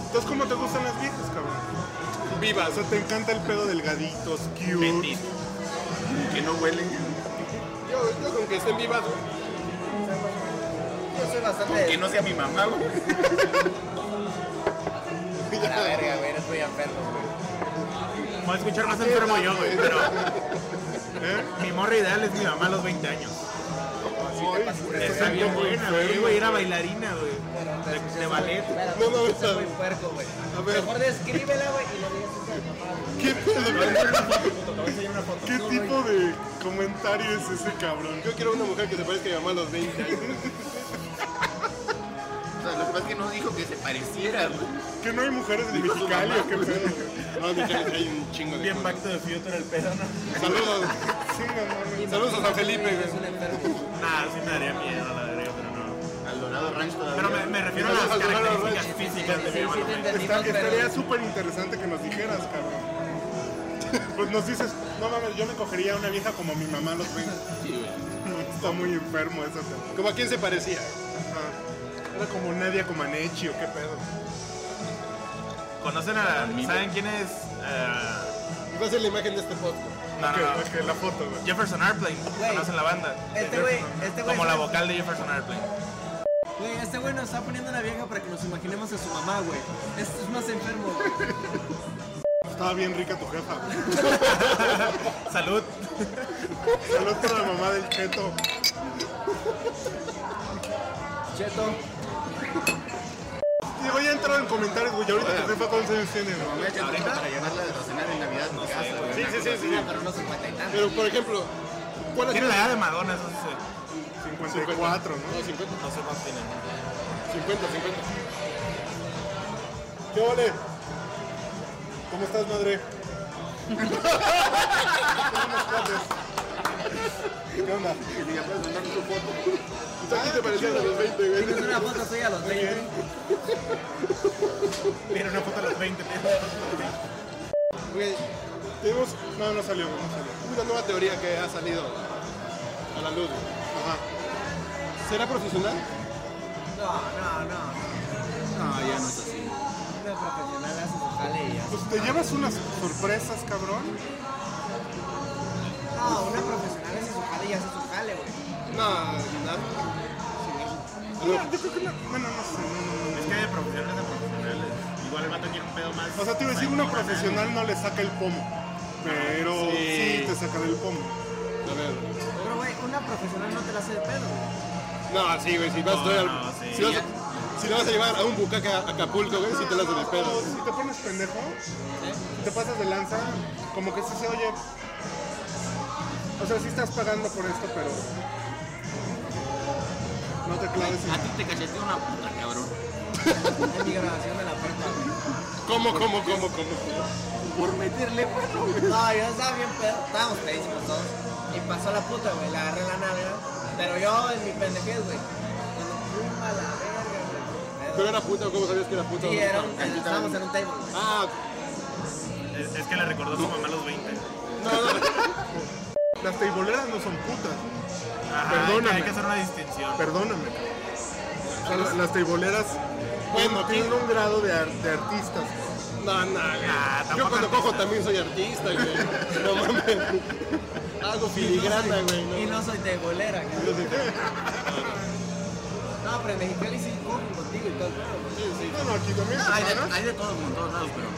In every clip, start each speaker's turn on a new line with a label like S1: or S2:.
S1: Entonces, ¿cómo te gustan las viejas, cabrón? Vivas, o sea, te encanta el pedo delgaditos, cute,
S2: Bendito.
S1: que no huelen.
S3: Yo, yo con que estén vivas, güey. Yo soy bastante.
S2: Que no sea mi mamá, güey.
S3: La verga, güey, eres muy enfermo, güey.
S4: Voy a escuchar más enfermo yo, güey, pero ¿eh? mi morra ideal es mi mamá a los 20 años.
S1: Ay, güey,
S4: Está bien buena, güey, güey, era bailarina, güey. De, de ballet.
S3: Pero
S1: No, no,
S3: tú eres
S1: no.
S3: muy puerco, güey.
S1: A ver.
S3: Mejor descríbela, güey, y le digas eso a tu mamá, güey.
S1: ¿Qué pedo? ¿Qué
S3: No,
S1: tipo de comentario es ese, cabrón?
S3: Yo quiero una mujer que se parezca a mi mamá a los 20 años.
S2: O sea, lo que pasa es que no dijo que se pareciera, güey.
S1: ¿Que no hay mujeres en Mexicali o qué pedo?
S3: No, mi cara, hay un chingo de
S4: Bien
S3: cosas.
S4: pacto de Fiuto era el pedo, ¿no?
S3: Saludos.
S1: Sí, no mames.
S3: Saludos a San Felipe,
S5: Es un
S3: güey.
S5: enfermo.
S4: Nah, sí me daría miedo, la verga, pero no.
S2: Al Dorado Ranch todavía.
S4: Pero me, me refiero a las características físicas de mi
S5: Sí, sí,
S4: mamá.
S5: te
S1: Está-
S5: entendimos,
S1: estaría
S5: pero.
S1: súper interesante que nos dijeras, cabrón. Pues nos dices, no mames, yo me cogería a una vieja como mi mamá los ven. Está muy enfermo eso. cabrón.
S3: ¿Como a quién se parecía?
S1: Ajá. Era como Nadia Comaneci o qué pedo.
S4: ¿Conocen a... ¿Saben quién es? Eh,
S3: Va a ser la imagen de este podcast.
S4: no, no,
S1: Ok,
S4: no.
S1: ok, la foto, güey.
S4: Jefferson Airplane.
S5: Güey,
S4: ¿Conocen la banda?
S5: Este güey, este güey.
S4: Como la vocal de Jefferson Airplane.
S5: Güey, este güey nos está poniendo una vieja para que nos imaginemos a su mamá, güey. Esto es más enfermo.
S1: Estaba bien rica tu jefa. güey.
S4: Salud.
S1: Saludos para la mamá del cheto.
S5: Cheto.
S1: Y voy a entrar en comentarios, güey. Ahorita tu jefa cuántos años tiene, güey?
S2: Una chatarra para llevarla a cenar en Navidad en mi casa, güey.
S3: Sí, sí, sí, sí.
S5: Pero no 50 y tantos.
S3: Pero, por ejemplo, ¿cuál es
S4: Tiene la edad de Madonna, eso sí sé.
S1: 54, ¿no?
S3: No, 50,
S4: No sé cuánto tiene. ¿no?
S3: 50, 50.
S1: ¿Qué ole? ¿Cómo estás, madre? Buenas tardes. ¿Qué onda? Pues
S2: Y ya puedes mandar tu foto.
S3: ¿A quién te parecías a los 20, güey?
S5: Tienes una foto tuya a los 20.
S4: Tiene una foto a los 20. tío.
S3: Güey,
S1: Tenemos... No, no salió, güey, no salió.
S3: una nueva teoría que ha salido a la luz. güey.
S1: Ajá.
S3: ¿Será profesional?
S5: No, no, no. No,
S2: No, ya no es así.
S5: Una profesional hace su jale y ya.
S1: Pues te llevas unas sorpresas, cabrón.
S5: No, una profesional hace su jale y hace su jale, güey.
S3: No, nada.
S1: No, yo creo que no. Bueno, no sé. no, no,
S4: Es que de profesionales a profesionales. Igual el vato quiere un pedo más.
S1: no. O sea, te iba a decir, una
S4: más
S1: profesional no le saca el pomo. Pero sí, te sacará el pomo.
S3: A ver.
S5: Pero, güey, una profesional no te la hace de pedo, güey.
S3: No, sí, güey, si vas
S4: No,
S3: a traer-
S4: no, sí.
S3: si vas a- si la vas a llevar a un bucaque a Acapulco, güey, si te la haces de pedo.
S1: O
S3: ¿eh?
S1: si te pones pendejo, te pasas de lanza, como que sí se oye. O sea, sí estás pagando por esto, pero. No te claves en
S2: A ti te cacheteó una puta, cabrón.
S5: En mi grabación de la prepa, güey.
S3: ¿Cómo, cómo, cómo, cómo?
S2: Por meterle mano, güey.
S5: No, yo estaba bien pedo. Estábamos pedísimos todos. Y pasó la puta, güey. La agarré la nalga. Pero yo, en mi pendejez, güey. Cuando pumba la verga, güey.
S3: ¿Pero era puta o cómo sabías que era puta?
S5: Sí, era un, estábamos en un table, güey.
S3: Ah,
S4: grande. Es, es que le recordó a su mamá a los 20.
S3: no, no.
S1: Las teiboleras no son putas,
S4: Ajá,
S1: Perdóname.
S4: Hay que hacer una distinción.
S1: perdóname. cabrón. O sea, las- las teiboleras
S3: Bueno,
S1: tienen un grado de, ar- de artistas.
S3: No, no, güey.
S4: Ah,
S3: Yo
S4: tampoco
S3: cuando
S4: artista.
S3: cojo también soy artista, güey. No mames. Hago filigrana, güey.
S5: Y
S3: no.
S5: no soy de bolera, cabrón. No, pero en Mexicali sí cogen contigo y todo el pedo, güey.
S1: Bueno, aquí también.
S2: Hay de,
S1: ¿no?
S2: hay de todos, por todos lados, pero.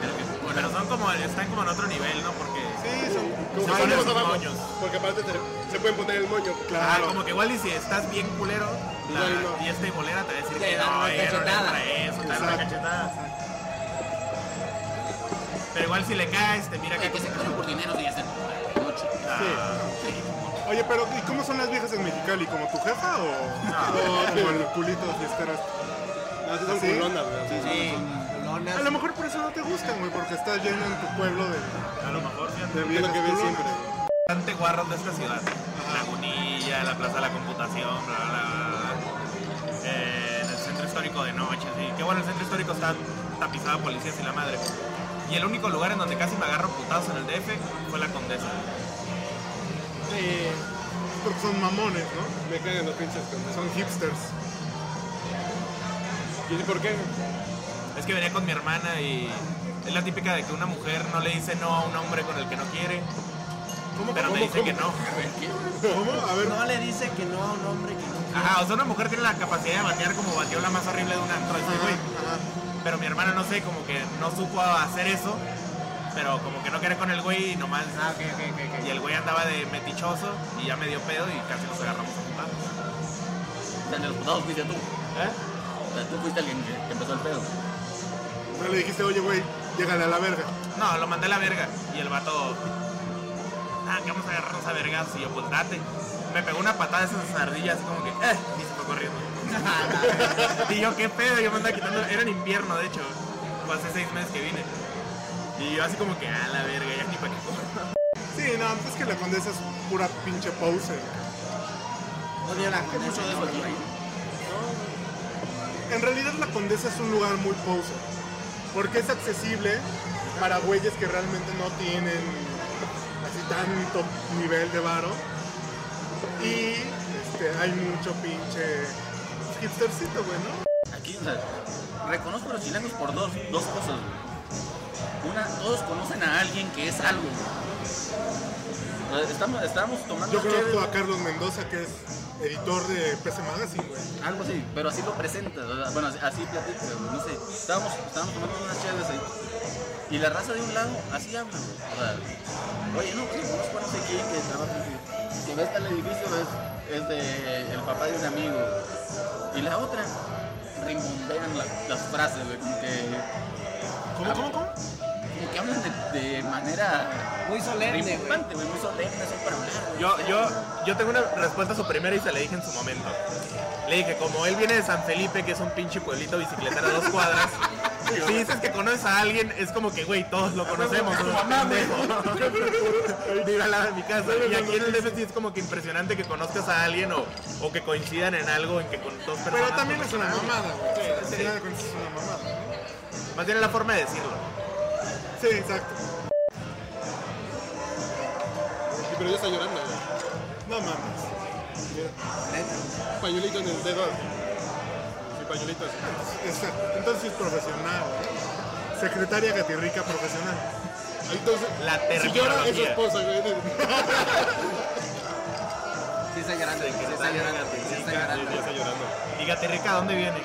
S2: pero que-
S4: Pero son como, están como en otro nivel, ¿no? Porque
S1: Sí, son.
S4: Se
S3: Como que
S4: ponen
S3: salimos
S4: sus
S3: abajo,
S4: moños.
S3: Porque aparte te- se pueden poner el moño.
S4: ah,
S1: Claro.
S4: como que igual y si estás bien culero, la
S3: Igual no.
S4: fiesta y bolera te va a decir
S5: Te
S4: que
S5: dan
S4: no,
S5: una
S4: eh, no le
S5: cachetada.
S4: entra eso, te dan una
S1: Exacto.
S4: cachetada. Pero igual si le caes, te mira
S2: Hay
S4: que
S2: que se casan por dinero y hacer puta, no, chica.
S1: Oye, pero ¿y cómo son las viejas en Mexicali? ¿Como tu jefa o.? o como el culito de fiesteras.
S3: No, sí son
S1: ¿Sí?
S3: culonas, güey. Sí, sí.
S1: A lo mejor por eso no te gustan, güey, porque estás lleno en tu pueblo de,
S4: A lo mejor fíjate,
S1: de
S3: Es
S1: viejas
S3: lo que ves
S1: culonas.
S3: siempre.
S4: bastante guarros de esta ciudad. Lagunilla, la Plaza de la Computación, bla, bla, bla, bla. Eh, en el centro histórico de noche, sí. Qué bueno, el centro histórico está tapizado de policías y la madre. Y el único lugar en donde casi me agarro putados en el DF fue la Condesa.
S1: Porque son mamones, ¿no?
S3: Me cagan los pinches con eso.
S1: Son hipsters.
S3: ¿Y por qué?
S4: Es vez que venía con mi hermana y es la típica de que una mujer no le dice no a un hombre con el que no quiere,
S1: ¿Cómo,
S4: pero
S1: cómo,
S4: te dice
S1: cómo?
S4: que no.
S1: ¿Cómo? A ver,
S5: No le dice que no a un hombre que no.
S4: Ajá, o sea, una mujer tiene la capacidad de batear como bateó la más horrible de un antro este güey. Pero mi hermana, no sé, como que no supo hacer eso, pero como que no quería con el güey y nomás...
S5: Ah, ok, ok, ok. ok.
S4: Y el güey andaba de metichoso y ya me dio pedo y casi nos agarramos a putazos.
S2: sea, de los putados pues, fuiste tú.
S4: ¿Eh?
S2: O sea, tú fuiste alguien que, que empezó el pedo.
S1: no le dijiste, oye, güey, llégale a la verga.
S4: No, lo mandé a la verga y el vato... Ah, que vamos a agarrarnos a vergas y yo, pues date. Me pegó una patada de esas ardillas así como que... Eh, y se fue corriendo. y yo, qué pedo, yo me andaba quitando... Era en invierno, de hecho. Fue hace seis meses que vine. Y yo así como que, ah, la verga, ya ni para qué corro".
S1: Sí, no, pues es que la condesa es pura pinche pose.
S5: Odio la condesa.
S2: Mucho de eso aquí.
S1: En realidad la condesa es un lugar muy pose. Porque es accesible para güeyes que realmente no tienen así tanto nivel de varo. Y este, hay mucho pinche hipstercito, güey, ¿no?
S2: Aquí, o sea, reconozco a los chilenos por dos, dos cosas, güey. Una, todos conocen a alguien que es algo, güey. O sea, Estamos, estábamos tomando
S1: Yo
S2: una
S1: conozco
S2: chévere,
S1: a Carlos Mendoza, que es editor de PC Magazine, güey.
S2: algo así, pero así lo presentas, o sea, bueno, así, así platicas, güey, no sé, estábamos, estábamos tomando unas chéveres ahí, y la raza de un lado, así habla, güey. o sea, oye, no, pues yo conozco a no sé quién que trabaja aquí, que ves tal edificio, es, es de el papá de un amigo, y la otra, rimbombean la- las frases, güey, como que...
S1: ¿Cómo, cómo, cómo?
S2: Como que hablan de, de manera
S5: Muy solemne, güey.
S2: rimbombante, güey, muy solemne, así para hablar. güey.
S4: Yo, yo, yo tengo una respuesta a su primera y se la dije en su momento. Le dije, como él viene de San Felipe, que es un pinche pueblito bicicletero a dos cuadras, si dices que conoces a alguien, es como que, güey, todos lo conocemos. ¿no? Pendejo. Vive al lado de mi casa. Y aquí en el DF sí es como que impresionante que conozcas a alguien o, o que coincidan en algo, en que con dos personas.
S1: Pero también es
S4: conozcan
S1: una
S4: a alguien.
S1: mamada, güey. O
S4: Sí,
S1: sea,
S4: sí.
S1: la condesa es una mamada.
S4: Más bien es la forma de decirlo.
S1: Sí, exacto.
S3: Pero ya está llorando, güey.
S1: No mames.
S3: Pañuelito en el dedo. Sí, pañuelito así.
S1: Exacto. Entonces es profesional, güey. Secretaria gatirrica profesional.
S3: Entonces,
S4: La
S3: si llora es su
S4: terminología.
S3: esposa, güey.
S5: Sí está llorando, sí está llorando, sí está llorando.
S3: Ya está llorando.
S4: Dígate, Rica, ¿dónde viene?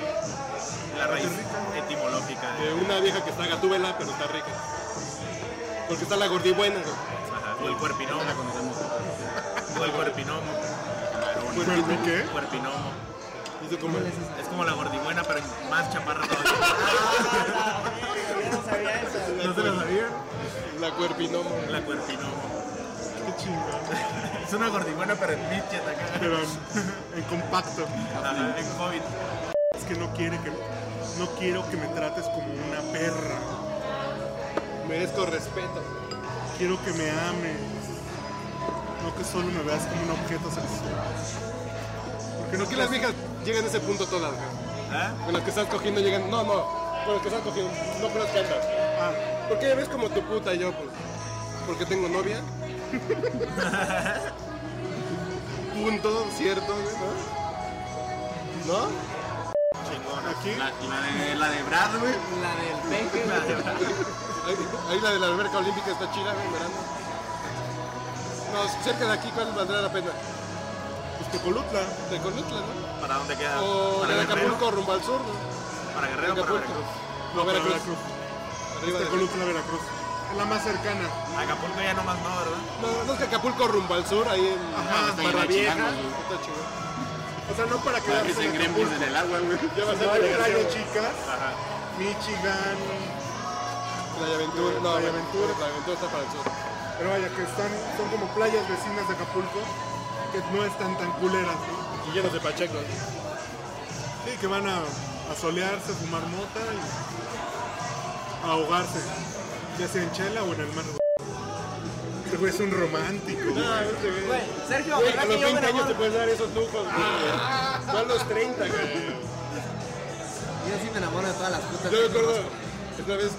S4: La raíz etimológica. de-
S3: De una vieja que está gatúbela, pero está rica. Porque está la gordibuena, güey.
S4: Ajá, O el cuerpinomo. O el cuerpinomo.
S1: ¿Cuerpi qué?
S4: Cuerpinomo.
S3: Dice como...
S4: Es como la gordibuena, pero más chaparra todavía.
S5: Yo no sabía eso, güey.
S4: ¿No se lo sabía?
S3: La cuerpinomo.
S4: La cuerpinomo.
S1: Qué chingón.
S4: Es una gordibuena, pero en midget acá.
S1: Pero en compacto.
S4: Ajá, En COVID.
S1: Es que no quiere que no quiero que me trates como una perra.
S3: Merezco respeto.
S1: Quiero que me ames. No que solo me veas como un objeto sexual.
S3: Porque no que las viejas llegan a ese punto todas, güey.
S4: ¿Ah?
S3: Con las que estás cogiendo llegan... No, no. Con las que estás cogiendo. No con las que andas.
S1: Ah,
S3: ¿Por qué ves como tu puta y yo, pues? Porque tengo novia. Punto, cierto, güey, ¿no? ¿No?
S1: aquí
S2: La, la de, la de Brad, güey.
S5: La del peje, güey.
S3: Ahí, ahí la de la alberca olímpica está chida, güey, en verano. No, cerca de aquí, ¿cuál valdrá la pena?
S1: pues Tecolutla.
S3: De Colutla, ¿no?
S4: ¿Para dónde queda?
S3: O
S4: Ah, ¿Para
S3: de
S4: Guerrero?
S3: Acapulco rumbo al sur, ¿no?
S4: ¿Para Guerrero o para
S3: Acapulco.
S4: Veracruz?
S3: No,
S1: Para
S3: Veracruz.
S1: Veracruz. Este
S3: Arriba de Veracruz.
S1: Tecolutla, Veracruz. Es la más cercana.
S4: Acapulco ya nomás no, ¿verdad?
S3: No, no es que Acapulco rumbo al sur, ahí en
S1: Ajá,
S3: Barra
S1: está lleno de
S3: Vieja.
S2: chilangos, güey.
S3: Está chido.
S1: O sea, no para
S2: Para que
S1: quedarse
S2: se
S1: en
S2: engremen
S1: Acapulco.
S2: en el agua, güey.
S3: Ya va a ser
S1: No, hay
S3: delegación,
S1: playa
S3: güey.
S1: chicas,
S4: Ajá.
S1: Michigan,
S3: Playa Aventura. No,
S1: Playa Aventura.
S3: Playa Aventura. Playa Aventura está para el sur.
S1: pero vaya que están, son como playas vecinas de Acapulco que no están tan culeras, ¿no?
S3: Y llenos de pachecos.
S1: Sí, que van a, a solearse, fumar mota y a ahogarse, ya sea en chela o en el mar. Este güey es un romántico. güey.
S5: Güey, Sergio,
S3: Güey,
S5: ¿verdad
S3: a
S5: que
S3: los
S5: yo
S3: 20
S5: me
S3: años te
S5: enamoro?
S3: puedes dar esos lujos, güey. Yo a los 30, güey.
S5: Yo sí me enamoro de todas las putas.
S3: Yo
S5: que
S3: recuerdo
S5: conozco.
S3: una vez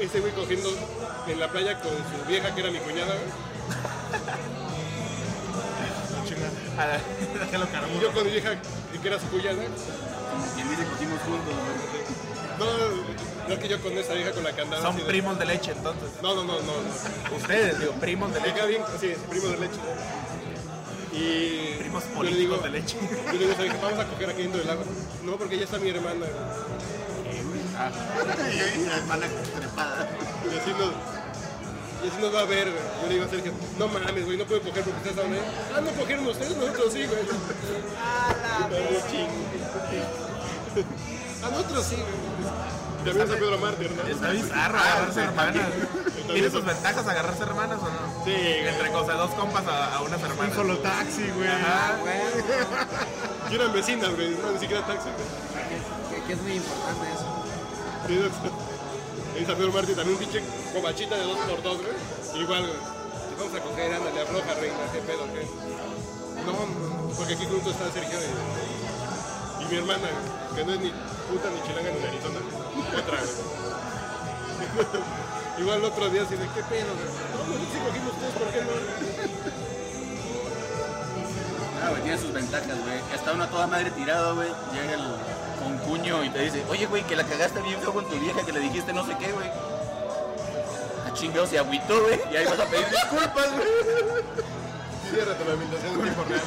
S3: ese güey cogiendo en la playa con su vieja que era mi cuñada, güey.
S4: A ver, déjalo
S3: Y
S4: carburo.
S3: yo con mi vieja que era su cuñada.
S2: Como quien dice, cogimos juntos, güey.
S3: No, no, Creo que yo con esa vieja con la que andaba.
S4: Son
S3: así de-
S4: primos de leche, entonces.
S3: No, no, no, no. no.
S4: Ustedes, digo, primos de leche.
S3: Llega bien, sí, es primo de leche. Y.
S4: Primos
S3: yo le
S4: políticos
S3: digo-
S4: de leche.
S3: Yo le digo, "Oye, vamos a coger aquí dentro del agua. No, porque ya está mi hermana. güey.
S2: Y la hermana trepada.
S3: Y así nos. Y así nos va a ver, güey. Yo le digo a Sergio, no mames, güey, no puedo coger porque ustedes estaban ahí. Ah, no cogieron ustedes, nosotros sí, güey.
S5: A la
S3: Ay, ching. A nosotros sí, güey. También está Pedro Mártir, ¿no?
S4: Está bizarro agarrarse hermanas. ¿Tiene sus ventajas agarrarse hermanas o no?
S3: Sí,
S4: Entre cosas, dos compas a, a unas
S1: Un
S4: hermanas.
S1: solo taxi, güey.
S4: Ajá.
S3: Y eran vecinas, güey, no, ni siquiera taxi, güey.
S5: Que aquí es muy importante eso.
S3: Sí, exacto. Ahí San Pedro Martín también un pinche cobachita de 2 por 2 güey. Igual, güey. Te vamos a coger, ándale, afloja, reina, qué pedo, güey. No, porque aquí junto está Sergio y, y mi hermana, güey, que no es ni puta ni chilanga ni narizona. güey. Otra, güey. Igual el otro día así de qué pedo, güey. No, no, si cogimos todos, ¿por qué no?
S2: Ah, güey, tiene sus ventajas, güey. Está una toda madre tirada, güey. Llega el con cuño y te dice, oye, güey, que la cagaste bien feo con tu vieja, que le dijiste no sé qué, güey. A chingado se agüitó, güey. Y ahí vas a pedir disculpas, güey.
S3: Ciérrate la habitación, güey, por nada.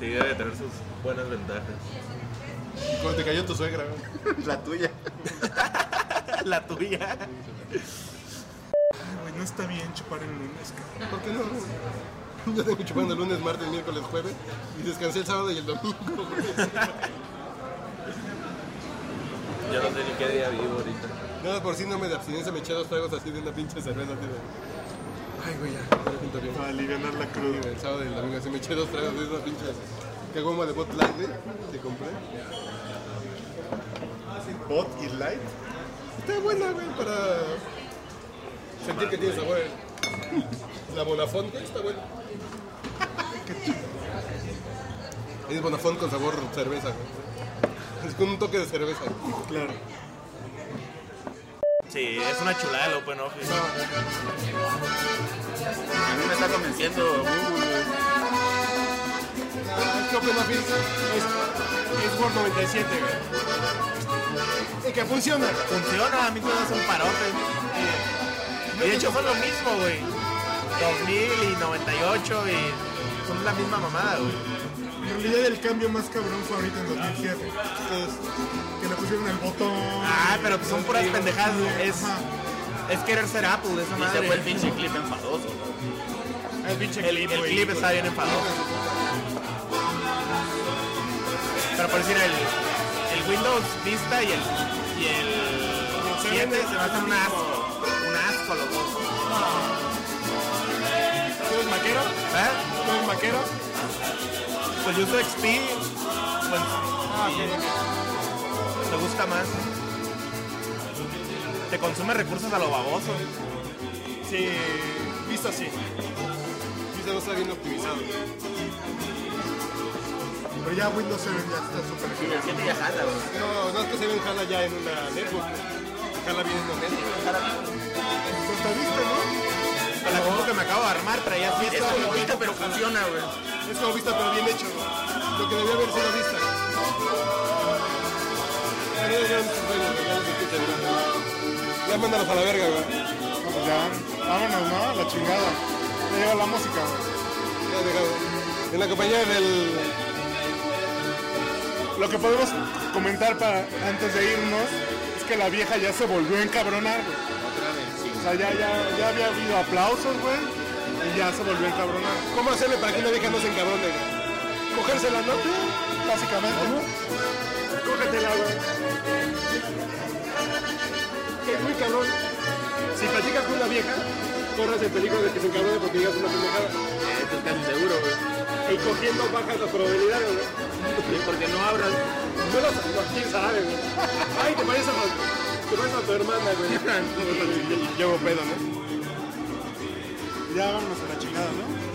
S4: Sí, debe de tener sus buenas ventajas.
S3: Cuando te cayó tu suegra, güey.
S2: La tuya.
S4: La tuya.
S1: Güey, no está bien chupar el lunes, cabrón.
S3: ¿Por qué no? güey? Yo tengo chupando lunes, martes, miércoles, jueves y descansé el sábado y el domingo. güey.
S4: Yo no sé ni qué día vivo ahorita.
S3: Nada por síndrome de abstinencia me eché dos tragos así de una pinche cerveza así de. Ay, güey, ya, me siento bien.
S1: Para aliviar la
S3: Sí,
S1: cruda.
S3: güey, El sábado y el domingo así me eché dos tragos de una pinche cagoma de bot light, güey, que compré.
S1: Bot y light.
S3: Está buena, güey, para sentir que tiene sabor. La Bonafont, güey, está buena. Es Bonafont con sabor cerveza, güey. Es con un toque de cerveza. güey.
S1: Claro.
S4: Sí, es una chulada el Open Office.
S2: A mí me está convenciendo. uh,
S3: ¿Qué opinas, Fitz?
S1: Es, es por 97, güey.
S3: Y que funciona.
S6: Funciona, a mí me hace un parote. Y de hecho son lo mismo, güey. 2000 y 98 y son la misma mamada, güey.
S1: En realidad el cambio más cabrón fue ahorita en 2007. que es- que le pusieron el botón.
S6: Ah, pero pues son puras pendejadas, güey. es,
S1: Ajá.
S6: es querer ser Apple, esa
S2: Y se fue el
S6: madre.
S2: pinche clip enfadoso.
S1: El pinche
S6: El, el clip está bien enfadado. Pero por decir, el, el Windows Vista y el, y el 7 se me hacen un asco. Un asco los dos.
S1: ¿Tú eres maquero?
S6: ¿Eh?
S1: ¿Tú eres maquero?
S6: Pues yo uso XP. Pues,
S1: Ah,
S6: y Te gusta más. Te consume recursos a lo baboso.
S1: Sí. Visto así.
S3: Vista no está bien optimizado.
S1: Pero ya Windows 7 ya está súper
S2: Y el 7 ya jala, güey.
S3: No, no es que se ven jala ya en una network. Jala bien en una network.
S1: Costa Vista, ¿no?
S6: Con la compu que me acabo de armar traía así
S2: Es como poquito, pero funciona, güey.
S3: Es como vista, pero bien hecho. güey. Lo que debía haber sido vista. Ya, ya, ya, bueno, ya los escuchan, güey. Ya mándalos a la verga, güey.
S1: Pues ya, vámonos, ¿no? A La chingada. Ya lleva la música, güey.
S3: Ya dejado. En la compañía del.
S1: Lo que podemos comentar para antes de irnos es que la vieja ya se volvió a encabronar, güey. O sea, ya, ya, ya había habido aplausos, güey. Y ya se volvió a encabronar.
S3: ¿Cómo hacerle para que una vieja no se encabrone, güey? Cogérsela, ¿no?
S1: Básicamente, ¿no? Cógetela, güey.
S3: Que es muy cabrón. Si platicas con una vieja, corres el peligro de que se encabrone porque digas una pendejada.
S2: Eh, Esto es casi seguro, güey.
S3: Y cogiendo bajas las probabilidades, güey.
S2: Y porque no abras.
S3: Yo las no, quién sabe, güey. Ay, te parece a, te parece a tu hermana, güey.
S1: Llevo pedo, ¿no? Ya vámonos a la chingada, ¿no?